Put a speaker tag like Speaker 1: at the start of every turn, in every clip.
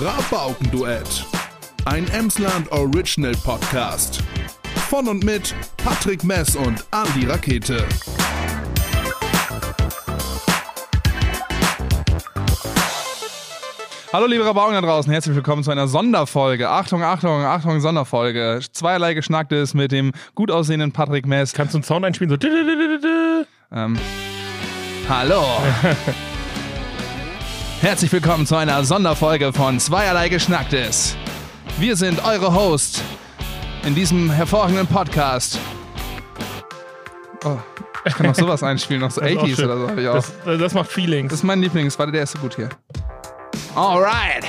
Speaker 1: Rabaukenduett. Ein Emsland Original Podcast. Von und mit Patrick Mess und Andy Rakete.
Speaker 2: Hallo liebe Rabauken da draußen, herzlich willkommen zu einer Sonderfolge. Achtung, Achtung, Achtung, Sonderfolge. Zweierlei Geschnacktes mit dem gut aussehenden Patrick Mess.
Speaker 3: Kannst du einen Sound einspielen? So. dü- dü- dü- dü- dü.
Speaker 2: Ähm, hallo. Herzlich willkommen zu einer Sonderfolge von Zweierlei Geschnacktes. Wir sind eure Host in diesem hervorragenden Podcast. Oh, ich kann noch sowas einspielen, noch so
Speaker 3: Das ist auch
Speaker 2: 80s
Speaker 3: schön.
Speaker 2: oder so. hab Ich auch.
Speaker 3: Das, das macht Feelings.
Speaker 2: Das ist mein Lieblings. Warte, der ist so gut hier. Alright.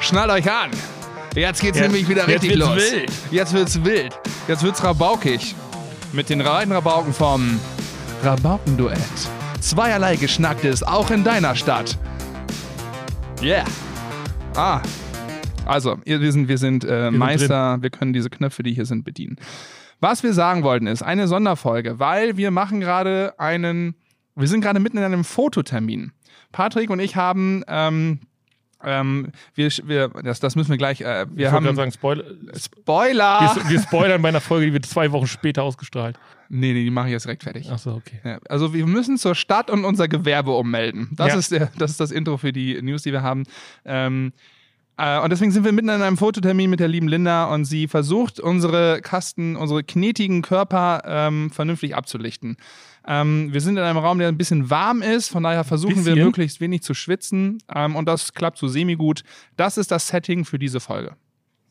Speaker 2: Schnallt euch an. Jetzt geht's
Speaker 3: Jetzt-
Speaker 2: nämlich wieder
Speaker 3: jetzt
Speaker 2: richtig
Speaker 3: wird's
Speaker 2: los.
Speaker 3: wild.
Speaker 2: Jetzt wird's wild. Jetzt wird's rabaukig. Mit den reinen Rabauken vom Rabaukenduett. Zweierlei Geschnacktes, auch in deiner Stadt. Yeah. Ah. Also, ihr, wir sind, wir sind, äh, Meister. Wir können diese Knöpfe, die hier sind, bedienen. Was wir sagen wollten, ist eine Sonderfolge, weil wir machen gerade einen wir sind gerade mitten in einem Fototermin. Patrick und ich haben, ähm, ähm, wir, wir, das, das müssen wir gleich, äh, wir
Speaker 3: ich wollte
Speaker 2: haben,
Speaker 3: gerade sagen, Spoiler.
Speaker 2: Spoiler!
Speaker 3: Wir, wir spoilern bei einer Folge, die wird zwei Wochen später ausgestrahlt.
Speaker 2: Nee, nee, die mache ich jetzt direkt fertig.
Speaker 3: Achso, okay.
Speaker 2: Ja, also wir müssen zur Stadt und unser Gewerbe ummelden. Das,
Speaker 3: Ja.
Speaker 2: ist, der, das ist das Intro für die News, die wir haben. Ähm, äh, und deswegen sind wir mitten in einem Fototermin mit der lieben Linda und sie versucht, unsere Kasten, unsere knetigen Körper ähm, vernünftig abzulichten. Ähm, wir sind in einem Raum, der ein bisschen warm ist, von daher versuchen wir
Speaker 3: Bisschen?
Speaker 2: möglichst wenig zu schwitzen ähm, und das klappt so semi-gut. Das ist das Setting für diese Folge.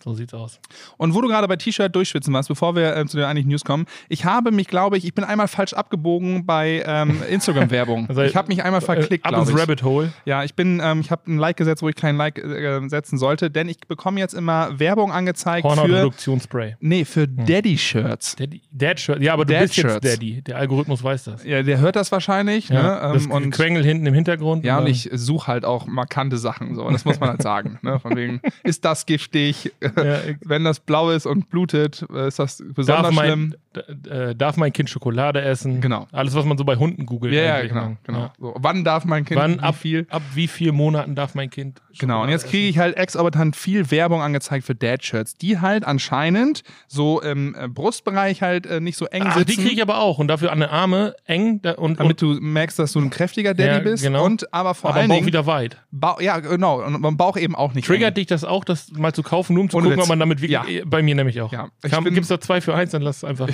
Speaker 3: So sieht's aus.
Speaker 2: Und wo du gerade bei T-Shirt durchschwitzen warst, bevor wir äh, zu den eigentlichen News kommen, ich habe mich, glaube ich, ich bin einmal falsch abgebogen bei ähm, Instagram-Werbung.
Speaker 3: Also,
Speaker 2: ich habe mich einmal verklickt,
Speaker 3: Äh, Ab
Speaker 2: glaube
Speaker 3: ins
Speaker 2: ich.
Speaker 3: Rabbit Hole.
Speaker 2: Ja, ich bin, ähm, ich habe ein Like gesetzt, wo ich kein Like äh, setzen sollte, denn ich bekomme jetzt immer Werbung angezeigt
Speaker 3: Hornhaut
Speaker 2: für,
Speaker 3: Reduktionsspray.
Speaker 2: nee, für
Speaker 3: Hm.
Speaker 2: Daddy-Shirts.
Speaker 3: Daddy, Dad Shirt. Ja, aber du
Speaker 2: Dad
Speaker 3: bist jetzt
Speaker 2: Shirts.
Speaker 3: Daddy. Der Algorithmus weiß das.
Speaker 2: Ja, der hört das wahrscheinlich.
Speaker 3: Ja,
Speaker 2: ne?
Speaker 3: das
Speaker 2: ähm, und
Speaker 3: Quengel hinten im Hintergrund.
Speaker 2: ja, und
Speaker 3: dann-
Speaker 2: ich suche halt auch markante Sachen. So, das muss man halt sagen. Ne? Von wegen, ist das giftig?
Speaker 3: Ja, ich-
Speaker 2: Wenn das blau ist und blutet, äh, ist das besonders
Speaker 3: darf
Speaker 2: schlimm.
Speaker 3: mein, d- äh, darf mein Kind Schokolade essen?
Speaker 2: Genau.
Speaker 3: Alles, was man so bei Hunden googelt.
Speaker 2: Ja, ja,
Speaker 3: eigentlich,
Speaker 2: genau.
Speaker 3: ne?
Speaker 2: genau.
Speaker 3: Ja.
Speaker 2: So, wann darf mein Kind
Speaker 3: Wann,
Speaker 2: wie
Speaker 3: ab,
Speaker 2: viel?
Speaker 3: ab wie vielen Monaten darf mein Kind
Speaker 2: Genau, und
Speaker 3: Schokolade
Speaker 2: jetzt kriege ich halt exorbitant viel Werbung angezeigt für Dad-Shirts, die halt anscheinend so im äh, Brustbereich halt äh, nicht so eng
Speaker 3: Ach,
Speaker 2: sitzen.
Speaker 3: Ah, die kriege ich aber auch und dafür an den Arme eng da, und,
Speaker 2: damit
Speaker 3: und
Speaker 2: du merkst, dass du ein kräftiger Daddy
Speaker 3: Ja,
Speaker 2: bist
Speaker 3: genau.
Speaker 2: und aber vor
Speaker 3: aber
Speaker 2: allen
Speaker 3: Bauch
Speaker 2: Dingen
Speaker 3: wieder weit.
Speaker 2: Bau- ja genau und beim Bauch eben auch nicht.
Speaker 3: Triggert
Speaker 2: eng.
Speaker 3: dich das auch, das mal zu kaufen, nur um zu
Speaker 2: Ohne
Speaker 3: gucken,
Speaker 2: Witz.
Speaker 3: ob man damit
Speaker 2: Ja.
Speaker 3: wirklich. äh, Bei mir nämlich auch.
Speaker 2: Ja. Ich
Speaker 3: Kann,
Speaker 2: bin-
Speaker 3: gibt's da zwei für eins, dann lass es einfach.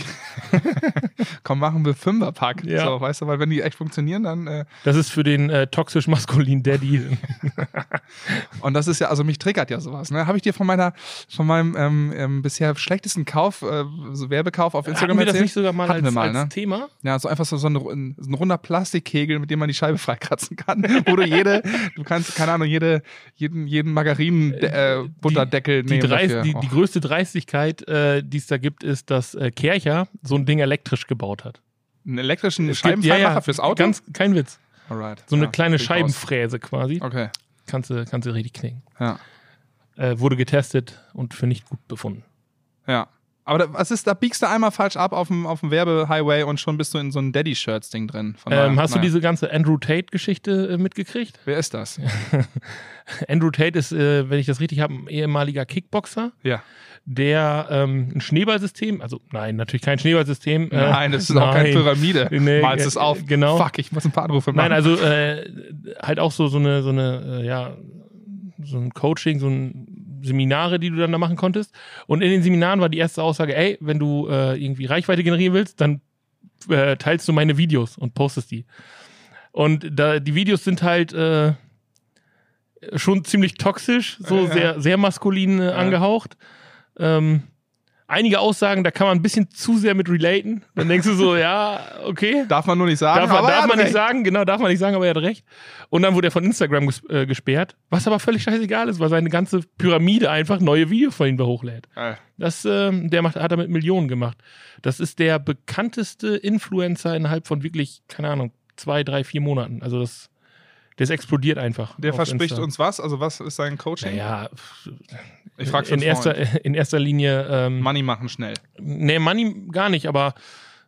Speaker 2: Komm, machen wir Fünferpack.
Speaker 3: Ja.
Speaker 2: So, weißt du, weil wenn die echt funktionieren, dann äh,
Speaker 3: Das ist für den äh, toxisch maskulinen Daddy.
Speaker 2: Und das ist ja, also mich triggert ja sowas. Ne? Habe ich dir von meiner, von meinem ähm, ähm, bisher schlechtesten Kauf, äh, so Werbekauf auf Instagram
Speaker 3: Hatten wir das
Speaker 2: erzählt?
Speaker 3: nicht sogar mal,
Speaker 2: Hatten
Speaker 3: als,
Speaker 2: wir mal,
Speaker 3: als
Speaker 2: ne?
Speaker 3: Thema?
Speaker 2: Ja, so einfach so, so ein, ein, so ein runder Plastikkegel, mit dem man die Scheibe freikratzen kann, wo du jede, du kannst, keine Ahnung, jede, jeden, jeden Margarinen-Butterdeckel äh, Butterdeckel
Speaker 3: Die,
Speaker 2: nehmen.
Speaker 3: dreist,
Speaker 2: dafür. Oh.
Speaker 3: die,
Speaker 2: Och.
Speaker 3: die größte Dreistigkeit, äh, die es da gibt, ist, dass äh, Kercher so ein Ding elektrisch gebaut hat.
Speaker 2: einen elektrischen
Speaker 3: Es gibt- ja,
Speaker 2: Scheibenfreimacher
Speaker 3: ja,
Speaker 2: fürs Auto?
Speaker 3: Ganz, kein Witz.
Speaker 2: Alright.
Speaker 3: So eine
Speaker 2: Ja,
Speaker 3: kleine
Speaker 2: bin ich raus.
Speaker 3: Scheibenfräse quasi.
Speaker 2: Okay,
Speaker 3: Kannst du kannst du richtig knicken.
Speaker 2: ja.
Speaker 3: Äh, wurde getestet und für nicht gut befunden.
Speaker 2: Ja. Aber da, was ist, da biegst du einmal falsch ab auf dem, auf dem Werbehighway und schon bist du in so einem Daddy-Shirts-Ding drin. Von
Speaker 3: Ähm,
Speaker 2: daher,
Speaker 3: hast du
Speaker 2: naja.
Speaker 3: diese ganze Andrew Tate-Geschichte äh, mitgekriegt?
Speaker 2: Wer ist das?
Speaker 3: Andrew Tate ist, äh, wenn ich das richtig habe, ein ehemaliger Kickboxer,
Speaker 2: Ja.
Speaker 3: der ähm, ein Schneeballsystem, also nein, natürlich kein Schneeballsystem. äh,
Speaker 2: Nein, das ist auch keine
Speaker 3: nein.
Speaker 2: Pyramide.
Speaker 3: Nee,
Speaker 2: Malst es
Speaker 3: äh,
Speaker 2: auf.
Speaker 3: genau.
Speaker 2: Fuck, ich muss ein paar Anrufe machen.
Speaker 3: Nein, also äh, halt auch so, so eine, so eine, äh, ja, so ein Coaching, so ein Seminare, die du dann da machen konntest. Und in den Seminaren war die erste Aussage, ey, wenn du äh, irgendwie Reichweite generieren willst, dann äh, teilst du meine Videos und postest die. Und da, die Videos sind halt äh, schon ziemlich toxisch, so
Speaker 2: Ja.
Speaker 3: sehr, sehr maskulin äh, angehaucht. Ähm, einige Aussagen, da kann man ein bisschen zu sehr mit relaten. Dann denkst du so, ja, okay.
Speaker 2: darf man nur nicht sagen.
Speaker 3: Darf man,
Speaker 2: aber er
Speaker 3: darf
Speaker 2: hat
Speaker 3: man nicht
Speaker 2: recht.
Speaker 3: sagen, genau, darf man nicht sagen, aber er hat recht. Und dann wurde er von Instagram ges äh, gesperrt, was aber völlig scheißegal ist, weil seine ganze Pyramide einfach neue Videos von ihm da hochlädt.
Speaker 2: Äh,
Speaker 3: Das, ähm, der macht, hat er mit Millionen gemacht. Das ist der bekannteste Influencer innerhalb von wirklich, keine Ahnung, zwei, drei, vier Monaten. Also das, das explodiert einfach.
Speaker 2: Der
Speaker 3: auf
Speaker 2: verspricht
Speaker 3: Insta.
Speaker 2: uns was? Also, was ist sein Coaching?
Speaker 3: Naja,
Speaker 2: ich frage
Speaker 3: in erster, in erster Linie. Ähm,
Speaker 2: Money machen schnell.
Speaker 3: nee, Money gar nicht, aber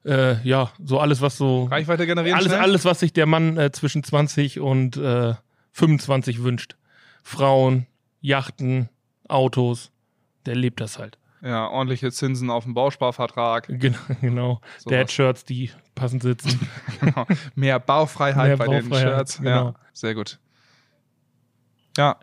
Speaker 3: äh, ja, so alles, was so.
Speaker 2: Reichweite generieren
Speaker 3: alles,
Speaker 2: schnell?
Speaker 3: alles, was sich der Mann äh, zwischen 20 und äh, 25 wünscht. Frauen, Yachten, Autos, der lebt das halt.
Speaker 2: Ja, ordentliche Zinsen auf dem Bausparvertrag.
Speaker 3: Genau, genau.
Speaker 2: sowas.
Speaker 3: Der hat Shirts, die passend sitzen.
Speaker 2: Genau. Mehr Baufreiheit
Speaker 3: Mehr
Speaker 2: bei den
Speaker 3: Baufreiheit,
Speaker 2: Shirts. Ja,
Speaker 3: genau.
Speaker 2: sehr gut. Ja,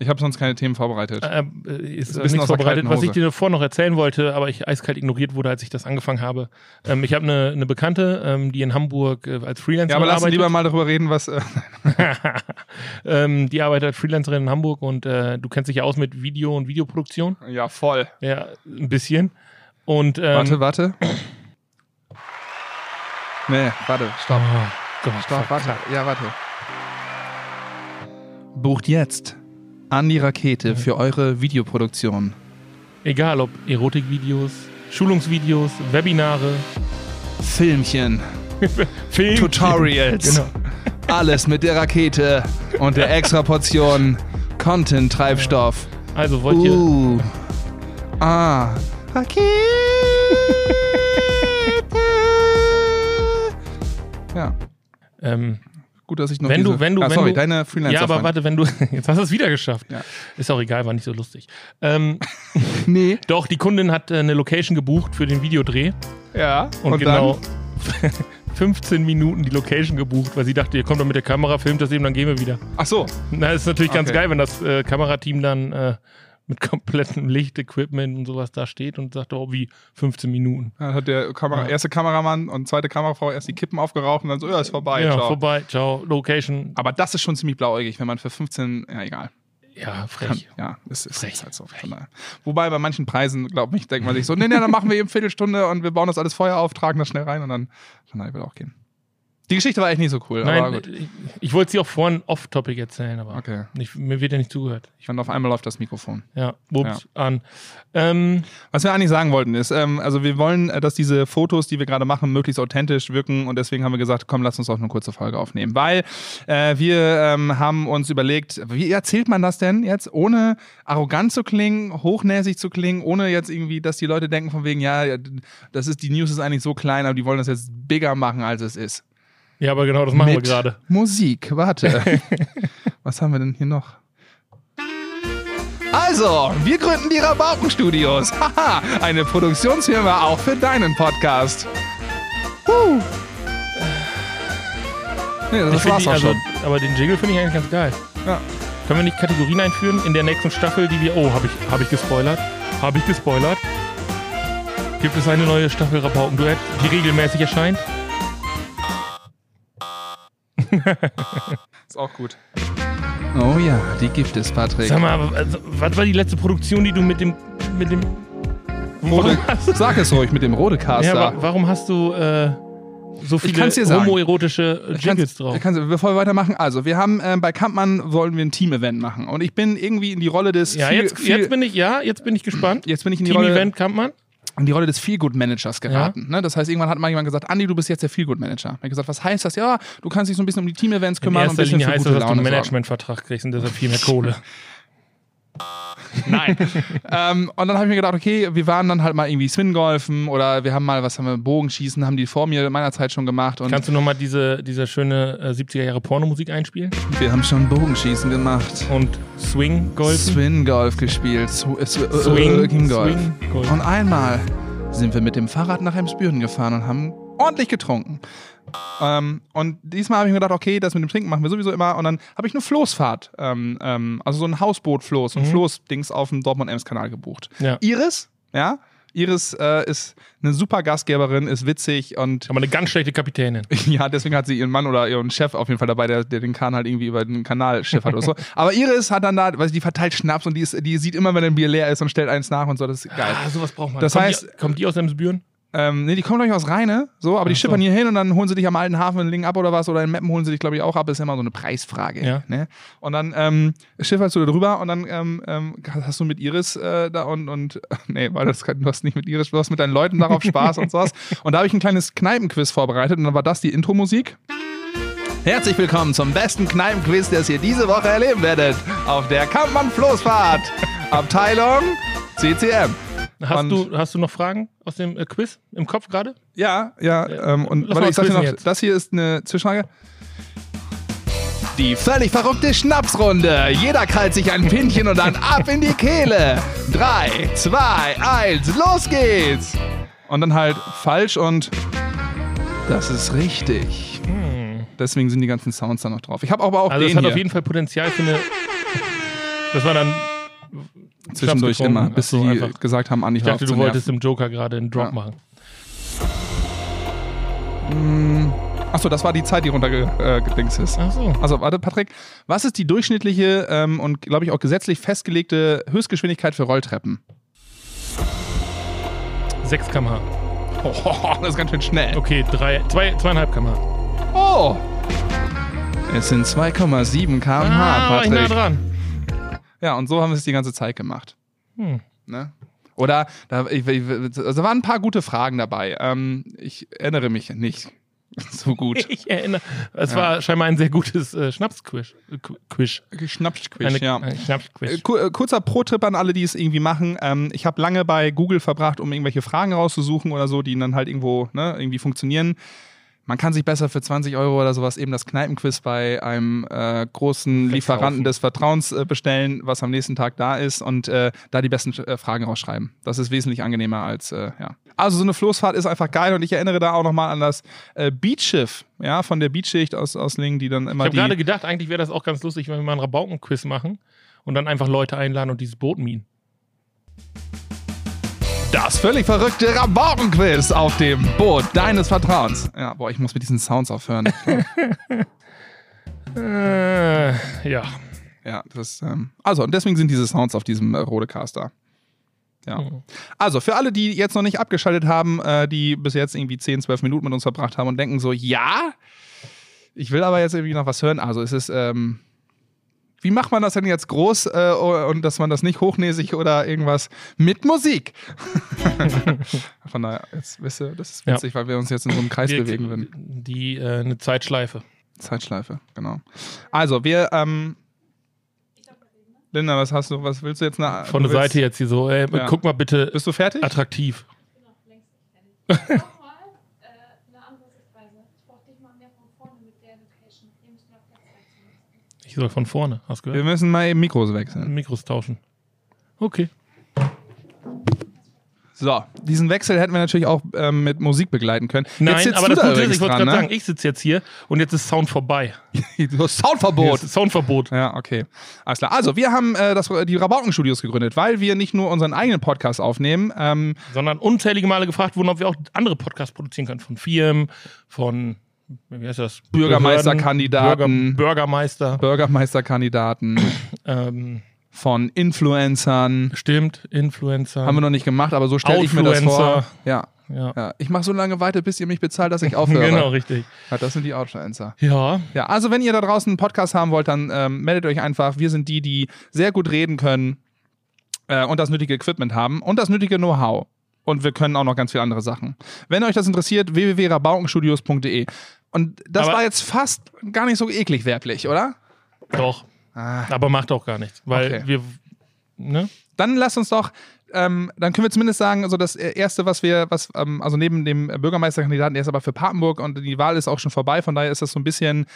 Speaker 2: ich habe sonst keine Themen vorbereitet.
Speaker 3: äh, äh, ist
Speaker 2: Bisschen
Speaker 3: äh,
Speaker 2: aus
Speaker 3: nichts
Speaker 2: der
Speaker 3: vorbereitet.
Speaker 2: kalten
Speaker 3: Was ich
Speaker 2: Hose.
Speaker 3: dir davor noch erzählen wollte, aber ich eiskalt ignoriert wurde, als ich das angefangen habe. Ähm, ich habe eine, eine Bekannte, ähm, die in Hamburg äh, als Freelancerin
Speaker 2: ja, aber lass uns
Speaker 3: arbeitet.
Speaker 2: lieber mal darüber reden, was. Äh,
Speaker 3: ähm, die arbeitet als Freelancerin in Hamburg und äh, du kennst dich ja aus mit Video und Videoproduktion.
Speaker 2: ja, voll.
Speaker 3: Ja, ein bisschen. Und ähm,
Speaker 2: warte, warte. Nee, warte.
Speaker 3: stopp. Gott,
Speaker 2: Stopp,
Speaker 3: fuck.
Speaker 2: warte. Ja, warte. Bucht jetzt an die Rakete für eure Videoproduktion.
Speaker 3: Egal ob Erotikvideos, Schulungsvideos, Webinare,
Speaker 2: Filmchen,
Speaker 3: Film.
Speaker 2: Tutorials.
Speaker 3: Genau.
Speaker 2: Alles mit der Rakete und der extra Portion Content-Treibstoff.
Speaker 3: Also wollt ihr.
Speaker 2: Uh. Ah. Rakete. ja,
Speaker 3: Ähm,
Speaker 2: gut, dass ich noch
Speaker 3: Wenn du-
Speaker 2: diese...
Speaker 3: wenn du-
Speaker 2: ah,
Speaker 3: wenn
Speaker 2: sorry,
Speaker 3: du-
Speaker 2: deine freelancer
Speaker 3: ja, aber warte, wenn du. Jetzt hast du es wieder geschafft.
Speaker 2: Ja.
Speaker 3: Ist auch egal, war nicht so lustig. Ähm,
Speaker 2: Nee.
Speaker 3: doch, die Kundin hat äh, eine Location gebucht für den Videodreh
Speaker 2: Ja,
Speaker 3: und, genau 15 Minuten die Location gebucht, weil sie dachte, ihr kommt doch mit der Kamera, filmt das eben, dann gehen wir wieder.
Speaker 2: Ach so.
Speaker 3: Na, ist natürlich ganz
Speaker 2: Okay.
Speaker 3: geil, wenn das äh, Kamerateam dann äh, mit komplettem Lichtequipment und sowas da steht und sagt, oh, wie 15 Minuten.
Speaker 2: Dann hat der Kamera,
Speaker 3: Ja.
Speaker 2: erste Kameramann und zweite Kamerafrau erst die Kippen aufgeraucht und dann so, ja, ist vorbei.
Speaker 3: ja,
Speaker 2: ciao.
Speaker 3: vorbei, ciao, Location.
Speaker 2: Aber das ist schon ziemlich blauäugig, wenn man für 15, ja, egal.
Speaker 3: Ja, frech.
Speaker 2: Ja, es ist,
Speaker 3: Frech.
Speaker 2: ist halt so. Von daher. Wobei bei manchen Preisen, glaube ich, denkt man sich so, nee, nee, dann machen wir eben Viertelstunde und wir bauen das alles Feuer auf, tragen das schnell rein und dann, von daher wird auch gehen. Die Geschichte war echt nicht so cool, aber
Speaker 3: Nein,
Speaker 2: gut.
Speaker 3: ich, ich wollte sie auch vorhin off-topic erzählen, aber
Speaker 2: Okay.
Speaker 3: ich, mir wird ja nicht zugehört.
Speaker 2: Ich fand auf einmal läuft das Mikrofon.
Speaker 3: Ja, wups, an. Ähm,
Speaker 2: Was wir eigentlich sagen wollten ist, ähm, also wir wollen, äh, dass diese Fotos, die wir gerade machen, möglichst authentisch wirken und deswegen haben wir gesagt, komm, lass uns auch eine kurze Folge aufnehmen, weil äh, wir ähm, haben uns überlegt, wie erzählt man das denn jetzt, ohne arrogant zu klingen, hochnäsig zu klingen, ohne jetzt irgendwie, dass die Leute denken von wegen, ja, das ist die News ist eigentlich so klein, aber die wollen das jetzt bigger machen, als es ist.
Speaker 3: ja, aber genau das machen wir
Speaker 2: Mit
Speaker 3: gerade.
Speaker 2: Musik, warte. Was haben wir denn hier noch? Also, wir gründen die Rabaukenstudios. Haha, eine Produktionsfirma auch für deinen Podcast. Huh. Nee, das
Speaker 3: Ich find
Speaker 2: war's
Speaker 3: die,
Speaker 2: auch
Speaker 3: also,
Speaker 2: schon.
Speaker 3: aber den Jingle finde ich eigentlich ganz geil.
Speaker 2: Ja.
Speaker 3: Können wir nicht Kategorien einführen in der nächsten Staffel, die wir. Oh, habe ich, hab ich gespoilert? Habe ich gespoilert? Gibt es eine neue Staffel Rabauken-Duett, die regelmäßig erscheint?
Speaker 2: Ist auch gut. Oh ja, die gibt es, Patrick.
Speaker 3: Sag mal, aber, also, was war die letzte Produktion, die du mit dem. Mit dem
Speaker 2: Rode,
Speaker 3: warum hast du,
Speaker 2: sag es ruhig mit dem
Speaker 3: ja,
Speaker 2: Rodecaster.
Speaker 3: wa- warum hast du äh, so viele
Speaker 2: kann's dir sagen.
Speaker 3: homoerotische äh, Jingles
Speaker 2: Kannst-
Speaker 3: drauf?
Speaker 2: Kannst, bevor wir weitermachen, also wir haben ähm, bei Kampmann wollen wir ein Team-Event machen und ich bin irgendwie in die Rolle des
Speaker 3: Ja,
Speaker 2: viel-
Speaker 3: jetzt,
Speaker 2: viel-
Speaker 3: jetzt bin ich, ja, jetzt bin ich gespannt.
Speaker 2: jetzt bin ich in die Rolle
Speaker 3: Team-Event, Kampmann.
Speaker 2: in die Rolle des Feelgood-Managers geraten. Ne? Das heißt, irgendwann hat mal jemand gesagt, Andi, du bist jetzt der Feelgood-Manager. Ich habe gesagt, was heißt das? Ja, du kannst dich so ein bisschen um die Team-Events
Speaker 3: In
Speaker 2: kümmern und ein
Speaker 3: erster
Speaker 2: bisschen
Speaker 3: Linie
Speaker 2: für
Speaker 3: heißt
Speaker 2: gute
Speaker 3: das, dass du einen
Speaker 2: Laune sorgen.
Speaker 3: um Managementvertrag kriegst und deshalb viel mehr Kohle.
Speaker 2: Nein. ähm, und dann habe ich mir gedacht, okay, wir waren dann halt mal irgendwie Swingolfen oder wir haben mal, was haben wir, Bogenschießen, haben die vor mir in meiner Zeit schon gemacht und
Speaker 3: Kannst du nochmal diese, diese schöne äh, 70er Jahre Pornomusik einspielen?
Speaker 2: wir haben schon Bogenschießen gemacht.
Speaker 3: Und Swing Golf.
Speaker 2: Swingolf gespielt. Sw äh, sw äh,
Speaker 3: Swing-
Speaker 2: äh, Swingolf.
Speaker 3: Swingolf.
Speaker 2: Und einmal sind wir mit dem Fahrrad nach Emsbüren gefahren und haben ordentlich getrunken. Ähm, und diesmal habe ich mir gedacht, okay, das mit dem Trinken machen wir sowieso immer. Und dann habe ich eine Floßfahrt, ähm, ähm, also so ein Hausboot-Floß, ein Floßdings auf dem Dortmund-Ems-Kanal gebucht.
Speaker 3: Mhm. Ja.
Speaker 2: Iris, ja, Iris äh, ist eine super Gastgeberin, ist witzig und
Speaker 3: Aber eine ganz schlechte Kapitänin.
Speaker 2: ja, deswegen hat sie ihren Mann oder ihren Chef auf jeden Fall dabei, der, der den Kahn halt irgendwie über den Kanal schiffert oder so. Aber Iris hat dann da, weiß ich, die verteilt Schnaps und die, ist, die sieht immer, wenn ein Bier leer ist und stellt eins nach und so, das ist geil.
Speaker 3: Ah, sowas braucht man.
Speaker 2: Das
Speaker 3: kommt, die,
Speaker 2: heißt-
Speaker 3: kommt die aus Emsbüren?
Speaker 2: Ähm, nee, die kommen glaube ich aus Rheine, so, aber die
Speaker 3: Ach so.
Speaker 2: schippern hier hin und dann holen sie dich am alten Hafen in Lingen ab oder was oder in Meppen holen sie dich glaube ich auch ab, ist ja immer so eine Preisfrage.
Speaker 3: Ja.
Speaker 2: Ne? Und dann ähm, schifferst du da drüber und dann ähm, ähm, hast du mit Iris äh, da und, und nee, weil das, du hast nicht mit Iris, du hast mit deinen Leuten darauf Spaß und sowas. Und da habe ich ein kleines Kneipenquiz vorbereitet und dann war das die Intro-Musik. Herzlich willkommen zum besten Kneipenquiz, das ihr diese Woche erleben werdet. Auf der Kampmann-Floßfahrt. Abteilung CCM.
Speaker 3: Hast
Speaker 2: Und-
Speaker 3: du, hast du noch Fragen aus dem äh, Quiz im Kopf gerade?
Speaker 2: Ja, ja. Ähm, und
Speaker 3: Lass
Speaker 2: warte,
Speaker 3: mal
Speaker 2: ich sag dir noch,
Speaker 3: quizzen jetzt.
Speaker 2: das hier ist eine Zwischenfrage. Die völlig verrückte Schnapsrunde. Jeder krallt sich ein Pinchen und dann ab in die Kehle. Drei, zwei, eins, los geht's! Und dann halt falsch und das ist richtig. Deswegen sind die ganzen Sounds da noch drauf. Ich habe aber auch
Speaker 3: Hm. Also es
Speaker 2: den
Speaker 3: hat auf
Speaker 2: hier
Speaker 3: jeden Fall Potenzial für eine. Das war dann.
Speaker 2: zwischendurch
Speaker 3: Schnaps
Speaker 2: immer,
Speaker 3: getrunken.
Speaker 2: bis
Speaker 3: Ach so,
Speaker 2: sie
Speaker 3: einfach.
Speaker 2: gesagt haben, Andi,
Speaker 3: Ich
Speaker 2: hör
Speaker 3: dachte,
Speaker 2: auf
Speaker 3: du
Speaker 2: zu
Speaker 3: wolltest im Joker gerade einen Drop
Speaker 2: Ja.
Speaker 3: machen.
Speaker 2: nerven. Achso, das war die Zeit, die runtergedings ist.
Speaker 3: Ach so.
Speaker 2: Also warte, Patrick, was ist die durchschnittliche ähm, und glaube ich auch gesetzlich festgelegte Höchstgeschwindigkeit für Rolltreppen?
Speaker 3: 6 km/h.
Speaker 2: Oh, das ist ganz schön schnell.
Speaker 3: Okay, 2,5 zwei, zweieinhalb km/h.
Speaker 2: Oh! Es sind 2,7 km/h,
Speaker 3: Ah, war ich nah
Speaker 2: Patrick.
Speaker 3: dran.
Speaker 2: Ja, und so haben wir es die ganze Zeit gemacht.
Speaker 3: Hm.
Speaker 2: Ne? Oder, da, ich, ich, also da waren ein paar gute Fragen dabei. Ähm, ich erinnere mich nicht so gut.
Speaker 3: Ich erinnere. Es war scheinbar ein sehr gutes äh, Schnapsquiz. Äh, Qu- Quiz.
Speaker 2: Schnappsquiz,
Speaker 3: Eine-
Speaker 2: ja.
Speaker 3: Ein
Speaker 2: Äh,
Speaker 3: Schnapsquiz.
Speaker 2: ku- äh, Kurzer Pro-Tipp an alle, die es irgendwie machen. Ähm, ich habe lange bei Google verbracht, um irgendwelche Fragen rauszusuchen oder so, die dann halt irgendwo ne, irgendwie funktionieren. Man kann sich besser für 20 Euro oder sowas eben das Kneipenquiz bei einem äh, großen Lieferanten des Vertrauens äh, bestellen, was am nächsten Tag da ist und äh, da die besten äh, Fragen rausschreiben. Das ist wesentlich angenehmer als, äh, ja. Also so eine Floßfahrt ist einfach geil und ich erinnere da auch nochmal an das äh, Beatschiff, ja, von der Beatschicht aus, aus Lingen, die dann
Speaker 3: Ich
Speaker 2: immer
Speaker 3: habe gerade
Speaker 2: die...
Speaker 3: gedacht, eigentlich wäre das auch ganz lustig, wenn wir mal einen Rabauken-Quiz machen und dann einfach Leute einladen und dieses Boot mieten.
Speaker 2: Das völlig verrückte Rabaukenquiz auf dem Boot deines Vertrauens. Ja, boah, ich muss mit diesen Sounds aufhören.
Speaker 3: Äh, ja.
Speaker 2: Ja, das, ähm, also, und deswegen sind diese Sounds auf diesem äh, Rodecast da. Ja. Also, für alle, die jetzt noch nicht abgeschaltet haben, äh, die bis jetzt irgendwie 10, 12 Minuten mit uns verbracht haben und denken so, ja, ich will aber jetzt irgendwie noch was hören. Also, es ist, ähm, wie macht man das denn jetzt groß äh, und dass man das nicht hochnäsig oder irgendwas mit Musik? Von daher, jetzt wisst ihr, das ist
Speaker 3: Ja.
Speaker 2: witzig, weil wir uns jetzt in so einem Kreis
Speaker 3: Wir-
Speaker 2: bewegen würden.
Speaker 3: Die äh, eine Zeitschleife.
Speaker 2: Zeitschleife, genau. Also, wir, ähm, Linda, was hast du, was willst du jetzt? Na,
Speaker 3: Von
Speaker 2: du
Speaker 3: der
Speaker 2: willst,
Speaker 3: Seite jetzt hier so, ey,
Speaker 2: Ja.
Speaker 3: guck mal bitte,
Speaker 2: Bist du fertig?
Speaker 3: attraktiv.
Speaker 4: nochmal äh, eine andere Sichtweise. Ich brauche dich mal mehr von vorne mit der Location. Ihr müsst noch Platz wechseln.
Speaker 3: Ich soll von vorne, hast du
Speaker 2: Wir
Speaker 3: gehört?
Speaker 2: müssen mal eben Mikros wechseln.
Speaker 3: Mikros tauschen. Okay.
Speaker 2: So, diesen Wechsel hätten wir natürlich auch ähm, mit Musik begleiten können. Jetzt
Speaker 3: Nein,
Speaker 2: sitzt
Speaker 3: aber
Speaker 2: du
Speaker 3: das
Speaker 2: da
Speaker 3: Gute ist,
Speaker 2: übrigens
Speaker 3: ich wollte
Speaker 2: dran,
Speaker 3: gerade sagen,
Speaker 2: ne?
Speaker 3: ich sitze jetzt hier und jetzt ist Sound vorbei.
Speaker 2: Du hast
Speaker 3: Hier
Speaker 2: Soundverbot.
Speaker 3: ist Soundverbot.
Speaker 2: Ja, okay. Alles klar. Also, wir haben äh, das, die Rabauken-Studios gegründet, weil wir nicht nur unseren eigenen Podcast aufnehmen. Ähm,
Speaker 3: Sondern unzählige Male gefragt wurden, ob wir auch andere Podcasts produzieren können. Von Firmen, von, wie heißt das?
Speaker 2: Bürgermeisterkandidaten.
Speaker 3: Behörden, Bürger, Bürgermeister.
Speaker 2: Bürgermeisterkandidaten
Speaker 3: Ähm,
Speaker 2: von Influencern.
Speaker 3: stimmt, Influencer.
Speaker 2: Haben wir noch nicht gemacht, aber so stelle ich mir das vor.
Speaker 3: Outfluencer.
Speaker 2: Ja,
Speaker 3: ja.
Speaker 2: Ja, ich mache so lange weiter, bis ihr mich bezahlt, dass ich aufhöre.
Speaker 3: Genau, richtig.
Speaker 2: Ja, das sind die Outfluencer.
Speaker 3: Ja,
Speaker 2: Ja, also wenn ihr da draußen einen Podcast haben wollt, dann ähm, meldet euch einfach. Wir sind die, die sehr gut reden können äh, und das nötige Equipment haben und das nötige Know-how. Und wir können auch noch ganz viele andere Sachen. Wenn euch das interessiert, www.rabaukenstudios.de. Und das
Speaker 3: Aber-
Speaker 2: war jetzt fast gar nicht so eklig werblich, oder?
Speaker 3: doch. Aber macht auch gar nichts. Weil
Speaker 2: Ah. Okay.
Speaker 3: wir, ne?
Speaker 2: Dann lasst uns doch, ähm, dann können wir zumindest sagen, also das Erste, was wir, was, ähm, also neben dem Bürgermeisterkandidaten, der ist aber für Papenburg und die Wahl ist auch schon vorbei, von daher ist das so ein bisschen,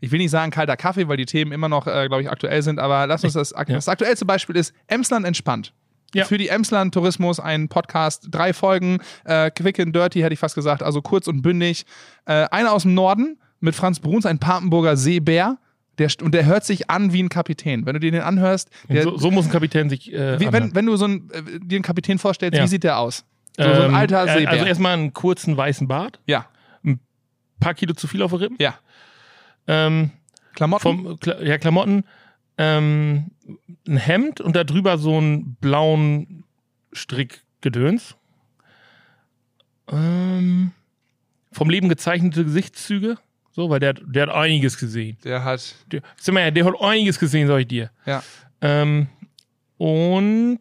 Speaker 2: ich will nicht sagen kalter Kaffee, weil die Themen immer noch, äh, glaube ich, aktuell sind, aber lasst uns das, ak
Speaker 3: ja.
Speaker 2: das aktuellste Beispiel ist Emsland entspannt.
Speaker 3: Ja.
Speaker 2: Für die Emsland Tourismus ein Podcast, drei Folgen, äh, quick and dirty, hätte ich fast gesagt, also kurz und bündig. Äh, einer aus dem Norden mit Franz Bruns, ein Papenburger Seebär. Der, st- und der hört sich an wie ein Kapitän. Wenn du den anhörst, der,
Speaker 3: so, so muss ein Kapitän sich. Äh,
Speaker 2: wie,
Speaker 3: anhören.
Speaker 2: wenn, wenn du so einen, äh, dir einen Kapitän vorstellst,
Speaker 3: Ja.
Speaker 2: wie sieht der aus? So, so ein
Speaker 3: Ähm,
Speaker 2: alter
Speaker 3: äh,
Speaker 2: Seebär.
Speaker 3: Also erstmal einen kurzen weißen Bart,
Speaker 2: ja,
Speaker 3: paar Kilo zu viel auf den Rippen.
Speaker 2: ja.
Speaker 3: Ähm,
Speaker 2: Klamotten.
Speaker 3: vom, Kla ja, Klamotten, ähm, ein Hemd und darüber so einen blauen Strickgedöns. Ähm, vom Leben gezeichnete Gesichtszüge. So, weil der, hat- der hat einiges gesehen.
Speaker 2: der hat.
Speaker 3: Der, sag mal, her, der hat einiges gesehen, sag ich dir.
Speaker 2: Ja.
Speaker 3: Ähm, und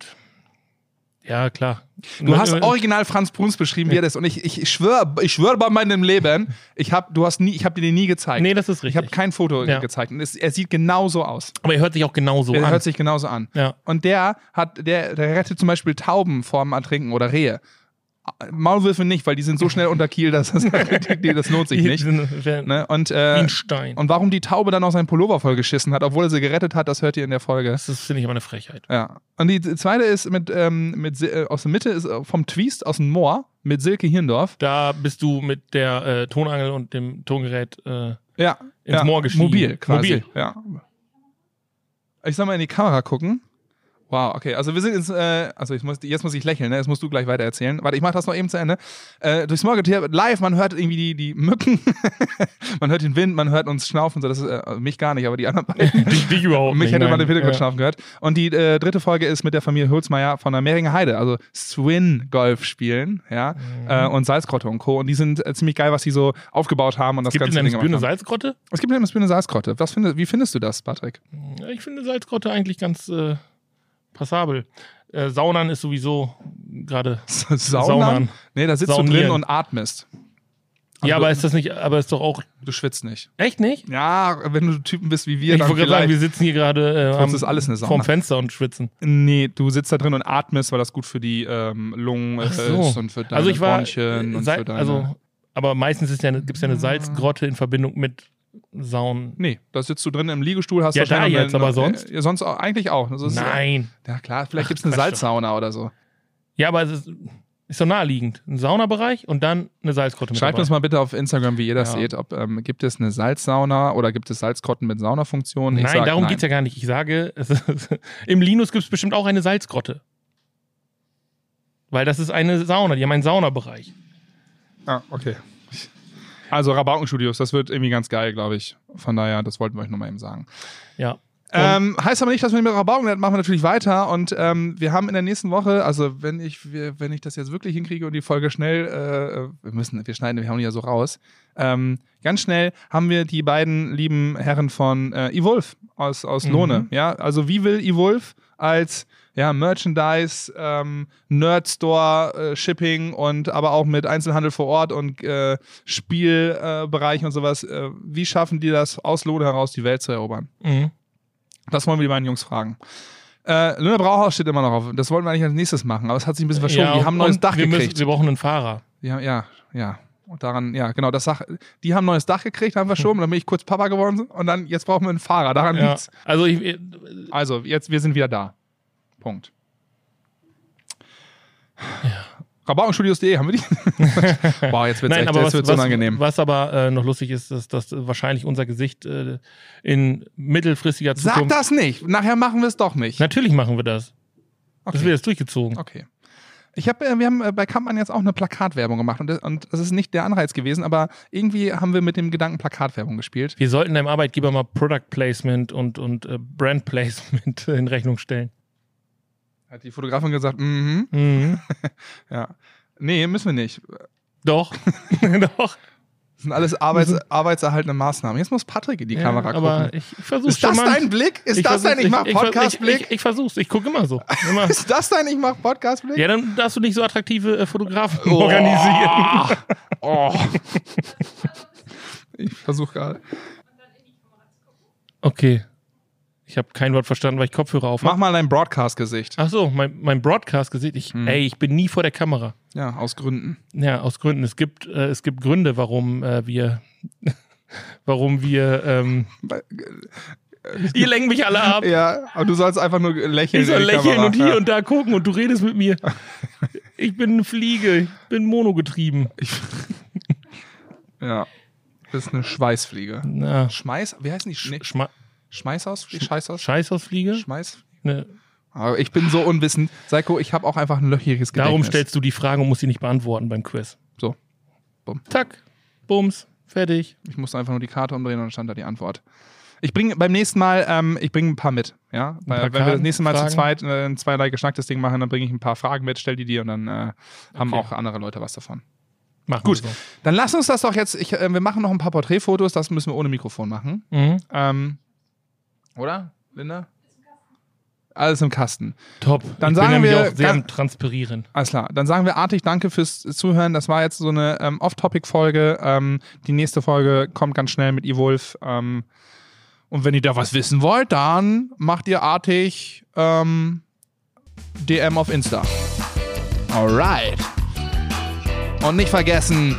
Speaker 3: ja, klar. Äh,
Speaker 2: Du hast original Franz Bruns beschrieben, wie er das. Und ich, ich schwöre ich schwör bei meinem Leben, ich habe du hast nie, ich habe dir den nie gezeigt.
Speaker 3: Nee, das ist
Speaker 2: ich habe
Speaker 3: richtig.
Speaker 2: kein Foto
Speaker 3: Ja.
Speaker 2: gezeigt. Und es, er sieht genauso aus.
Speaker 3: Aber er hört sich auch genauso
Speaker 2: er
Speaker 3: an.
Speaker 2: hört sich genauso an.
Speaker 3: ja.
Speaker 2: Und der hat, der, der rettet zum Beispiel Tauben vorm Ertrinken oder Rehe. Maulwürfe nicht, weil die sind so schnell unter Kiel, dass das, nee, das lohnt sich
Speaker 3: Die
Speaker 2: nicht.
Speaker 3: sind- werden-
Speaker 2: Ne? Und,
Speaker 3: Wie
Speaker 2: äh,
Speaker 3: ein Stein.
Speaker 2: und warum die Taube dann auch seinen Pullover vollgeschissen hat, obwohl er sie gerettet hat, das hört ihr in der Folge.
Speaker 3: Das ist, finde ich, aber eine Frechheit.
Speaker 2: Ja. Und die zweite ist mit, ähm, mit Sil- äh, aus der Mitte ist äh, vom Twist aus dem Moor mit Silke Hirndorf.
Speaker 3: Da bist du mit der äh, Tonangel und dem Tongerät äh,
Speaker 2: Ja.
Speaker 3: ins
Speaker 2: ja.
Speaker 3: Moor gestiegen.
Speaker 2: Mobil quasi.
Speaker 3: Mobil.
Speaker 2: Ja. Ich soll mal in die Kamera gucken. Wow, okay. Also wir sind ins, äh, also ich muss, jetzt muss ich lächeln, ne? Jetzt musst du gleich weiter erzählen. Warte, ich mach das noch eben zu Ende. Äh, durchs Moor geht hier live, man hört irgendwie die, die Mücken, man hört den Wind, man hört uns schnaufen, so das ist äh, mich gar nicht, aber die anderen beiden.
Speaker 3: dich, dich überhaupt
Speaker 2: Mich
Speaker 3: nicht.
Speaker 2: hätte man
Speaker 3: nein.
Speaker 2: den Hintergrund
Speaker 3: Oh, Ja.
Speaker 2: schlafen gehört. Und die äh, dritte Folge ist mit der Familie Hülsmeier von der Mehringer Heide, also Swin-Golf spielen, ja,
Speaker 3: Mhm.
Speaker 2: äh, und Salzgrotte und Co. Und die sind äh, ziemlich geil, was die so aufgebaut haben und das
Speaker 3: Gibt es
Speaker 2: ganze
Speaker 3: eine
Speaker 2: Ding
Speaker 3: Bühne
Speaker 2: gemacht haben.
Speaker 3: Salzgrotte?
Speaker 2: Es gibt nämlich Bühne Salzgrotte. Was findest, wie findest du das, Patrick?
Speaker 3: Ja, Ich finde Salzgrotte eigentlich ganz äh, passabel. Äh, Saunern ist sowieso gerade. Saunern.
Speaker 2: Nee, da sitzt du
Speaker 3: Saunieren.
Speaker 2: drin und atmest. Und
Speaker 3: Ja,
Speaker 2: du,
Speaker 3: aber ist das nicht, aber ist doch auch.
Speaker 2: du schwitzt nicht.
Speaker 3: Echt nicht?
Speaker 2: Ja, wenn du Typen bist wie wir,
Speaker 3: Ich
Speaker 2: dann
Speaker 3: wollte gerade
Speaker 2: vielleicht.
Speaker 3: sagen, wir sitzen hier gerade äh,
Speaker 2: Sonst
Speaker 3: am-
Speaker 2: ist alles eine Sauna.
Speaker 3: vorm Fenster und schwitzen.
Speaker 2: nee, du sitzt da drin und atmest, weil das gut für die ähm, Lungen äh,
Speaker 3: Ach so.
Speaker 2: ist und für deine
Speaker 3: also ich war,
Speaker 2: Bronchien
Speaker 3: äh,
Speaker 2: und
Speaker 3: Sal-
Speaker 2: für deine...
Speaker 3: also, aber meistens ist ja, gibt es ja eine Salzgrotte in Verbindung mit Saunen.
Speaker 2: Nee, da sitzt du drin im Liegestuhl, hast
Speaker 3: Ja, da
Speaker 2: wahrscheinlich noch
Speaker 3: jetzt,
Speaker 2: eine-
Speaker 3: aber sonst?
Speaker 2: Ja, sonst auch, eigentlich auch. Das ist-
Speaker 3: Nein.
Speaker 2: Ja klar, vielleicht
Speaker 3: Ach,
Speaker 2: gibt es eine
Speaker 3: Quatsch doch.
Speaker 2: Salzsauna oder so.
Speaker 3: Ja, aber es ist, ist doch naheliegend. Ein Saunabereich und dann eine Salzgrotte mit
Speaker 2: Schreibt
Speaker 3: dabei.
Speaker 2: uns mal bitte auf Instagram, wie ihr das
Speaker 3: Ja.
Speaker 2: seht. Ob, ähm, gibt es eine Salzsauna oder gibt es Salzkotten mit Saunafunktion? Ich
Speaker 3: Nein,
Speaker 2: sag
Speaker 3: darum
Speaker 2: nein.
Speaker 3: geht's ja gar nicht. Ich sage, es ist, im Linus gibt's bestimmt auch eine Salzgrotte. Weil das ist eine Sauna, die haben einen Saunabereich.
Speaker 2: Ah, okay. Also Rabaukenstudios, das wird irgendwie ganz geil, glaube ich. Von daher, das wollten wir euch nochmal eben sagen.
Speaker 3: Ja.
Speaker 2: Ähm, heißt aber nicht, dass wir mit Rabauken, dann machen wir natürlich weiter und ähm, wir haben in der nächsten Woche, also wenn ich, wir, wenn ich das jetzt wirklich hinkriege und die Folge schnell, äh, wir müssen, wir schneiden, wir haben die ja so raus, ähm, ganz schnell haben wir die beiden lieben Herren von äh, Evolve aus, aus Lohne, ja, also wie will Evolve als ja, Merchandise, ähm, Nerdstore, äh, Shipping und aber auch mit Einzelhandel vor Ort und äh, Spielbereich äh, Bereich und sowas. Äh, wie schaffen die das aus Lohne heraus, die Welt zu erobern?
Speaker 3: Mhm.
Speaker 2: Das wollen wir die beiden Jungs fragen. Äh, Lüne Brauhaus steht immer noch auf. Das wollten wir eigentlich als nächstes machen, aber es hat sich ein bisschen verschoben.
Speaker 3: Ja,
Speaker 2: die haben ein neues
Speaker 3: und
Speaker 2: Dach
Speaker 3: wir müssen-
Speaker 2: gekriegt.
Speaker 3: wir brauchen einen Fahrer.
Speaker 2: ja, ja, ja. Und daran, ja, genau, das Sach die haben ein neues Dach gekriegt, haben verschoben, dann bin ich kurz Papa geworden und dann, jetzt brauchen wir einen Fahrer, daran
Speaker 3: Hm. Ja.
Speaker 2: liegt's.
Speaker 3: Also ich,
Speaker 2: Also, jetzt, wir sind wieder da. Punkt. Rabaukenstudios.de, haben wir die? Boah, jetzt wird's
Speaker 3: Nein,
Speaker 2: echt,
Speaker 3: aber
Speaker 2: jetzt
Speaker 3: was,
Speaker 2: wird's
Speaker 3: was,
Speaker 2: unangenehm.
Speaker 3: was aber äh, noch lustig ist, ist, dass wahrscheinlich unser Gesicht äh, in mittelfristiger
Speaker 2: Sag
Speaker 3: Zukunft.
Speaker 2: das nicht, nachher machen wir es doch nicht.
Speaker 3: Natürlich machen wir das. Das
Speaker 2: Okay.
Speaker 3: wird jetzt durchgezogen.
Speaker 2: Okay. Ich hab, äh, wir haben äh, bei Kampmann jetzt auch eine Plakatwerbung gemacht und das, und das ist nicht der Anreiz gewesen, aber irgendwie haben wir mit dem Gedanken Plakatwerbung gespielt.
Speaker 3: Wir sollten deinem Arbeitgeber mal Product Placement und, und äh, Brand Placement in Rechnung stellen.
Speaker 2: Hat die Fotografin gesagt, mhm,
Speaker 3: Mhm.
Speaker 2: ja. Nee, müssen wir nicht.
Speaker 3: Doch.
Speaker 2: Das
Speaker 3: Doch.
Speaker 2: sind alles Arbeits arbeitserhaltende Maßnahmen. Jetzt muss Patrick in die Kamera
Speaker 3: ja, aber
Speaker 2: gucken.
Speaker 3: ich versuch's
Speaker 2: Ist das
Speaker 3: charmant.
Speaker 2: dein Blick? Ist
Speaker 3: Ich
Speaker 2: das
Speaker 3: versuch's,
Speaker 2: dein Ich mach
Speaker 3: ver- Ich,
Speaker 2: Podcast-Blick?
Speaker 3: ich, ich versuch's. Ich gucke immer so. Immer.
Speaker 2: Ist das dein Ich mach Podcast-Blick?
Speaker 3: ja, dann darfst du nicht so attraktive äh, Fotografen organisieren.
Speaker 2: Oh. ich versuche gerade.
Speaker 3: Okay. Ich habe kein Wort verstanden, weil ich Kopfhörer auf
Speaker 2: Mach
Speaker 3: habe.
Speaker 2: mal dein Broadcast-Gesicht.
Speaker 3: Ach so, mein, mein Broadcast-Gesicht. Ich,
Speaker 2: Hm.
Speaker 3: Ey, ich bin nie vor der Kamera.
Speaker 2: Ja, aus Gründen.
Speaker 3: Ja, aus Gründen. Es gibt, äh, es gibt Gründe, warum äh, wir. warum wir. Ähm,
Speaker 2: äh,
Speaker 3: ihr lenken mich alle ab.
Speaker 2: Ja, aber du sollst einfach nur lächeln.
Speaker 3: ich soll
Speaker 2: in die
Speaker 3: lächeln
Speaker 2: Kamera.
Speaker 3: und hier
Speaker 2: ja.
Speaker 3: und da gucken und du redest mit mir. Ich bin eine Fliege. Ich bin monogetrieben.
Speaker 2: Ja. Das ist eine Schweißfliege.
Speaker 3: Na,
Speaker 2: Schmeiß? Wie heißen die? Sch nee.
Speaker 3: Schma
Speaker 2: Schmeiß aus? Scheiß aus?
Speaker 3: Scheißhausfliege?
Speaker 2: Schmeiß?
Speaker 3: Ne.
Speaker 2: Aber ich bin so unwissend. Seiko, ich habe auch einfach ein löchriges Gedächtnis.
Speaker 3: Darum stellst du die Frage und musst sie nicht beantworten beim Quiz.
Speaker 2: So. Bumm.
Speaker 3: Tack. Bums. Fertig.
Speaker 2: Ich musste einfach nur die Karte umdrehen und dann stand da die Antwort. Ich bringe beim nächsten Mal, ähm, ich bringe ein paar mit. Ja? Weil, wenn
Speaker 3: paar
Speaker 2: wir das
Speaker 3: Karten,
Speaker 2: nächste Mal zu
Speaker 3: Fragen?
Speaker 2: zweit äh, ein zweierlei geschnacktes Ding machen, dann bringe ich ein paar Fragen mit, stell die dir und dann äh, haben
Speaker 3: Okay.
Speaker 2: auch andere Leute was davon.
Speaker 3: Machen
Speaker 2: Gut.
Speaker 3: wir so.
Speaker 2: Dann lass uns das doch jetzt, ich, äh, wir machen noch ein paar Porträtfotos, das müssen wir ohne Mikrofon machen.
Speaker 3: Mhm.
Speaker 2: Ähm, oder, Linda? Alles im Kasten.
Speaker 3: Top.
Speaker 2: Dann
Speaker 3: ich
Speaker 2: sagen
Speaker 3: bin nämlich
Speaker 2: wir-
Speaker 3: auch sehr
Speaker 2: kann-
Speaker 3: am Transpirieren.
Speaker 2: Alles klar. Dann sagen wir artig Danke fürs Zuhören. Das war jetzt so eine ähm, Off-Topic-Folge. Ähm, die nächste Folge kommt ganz schnell mit Evolve. Ähm, und wenn ihr da was wissen wollt, dann macht ihr artig ähm, DM auf Insta. Alright. Und nicht vergessen,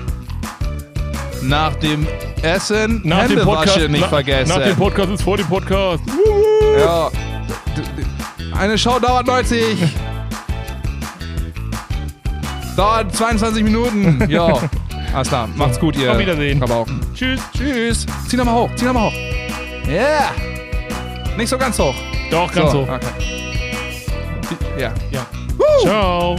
Speaker 2: nach dem Essen
Speaker 3: Nach
Speaker 2: Hände
Speaker 3: dem Podcast.
Speaker 2: waschen nicht
Speaker 3: na-
Speaker 2: vergessen.
Speaker 3: Nach dem Podcast ist vor dem Podcast.
Speaker 2: ja. D- d- Eine Show dauert 90. dauert 22 Minuten. Jo. Alles klar. Macht's gut, ihr.
Speaker 3: Auf Wiedersehen.
Speaker 2: Rabauken.
Speaker 3: Tschüss.
Speaker 2: Tschüss. Zieh nochmal hoch. Zieh nochmal hoch. Yeah. Nicht so ganz hoch.
Speaker 3: Doch, ganz
Speaker 2: so,
Speaker 3: hoch.
Speaker 2: Okay. Ja.
Speaker 3: Ciao.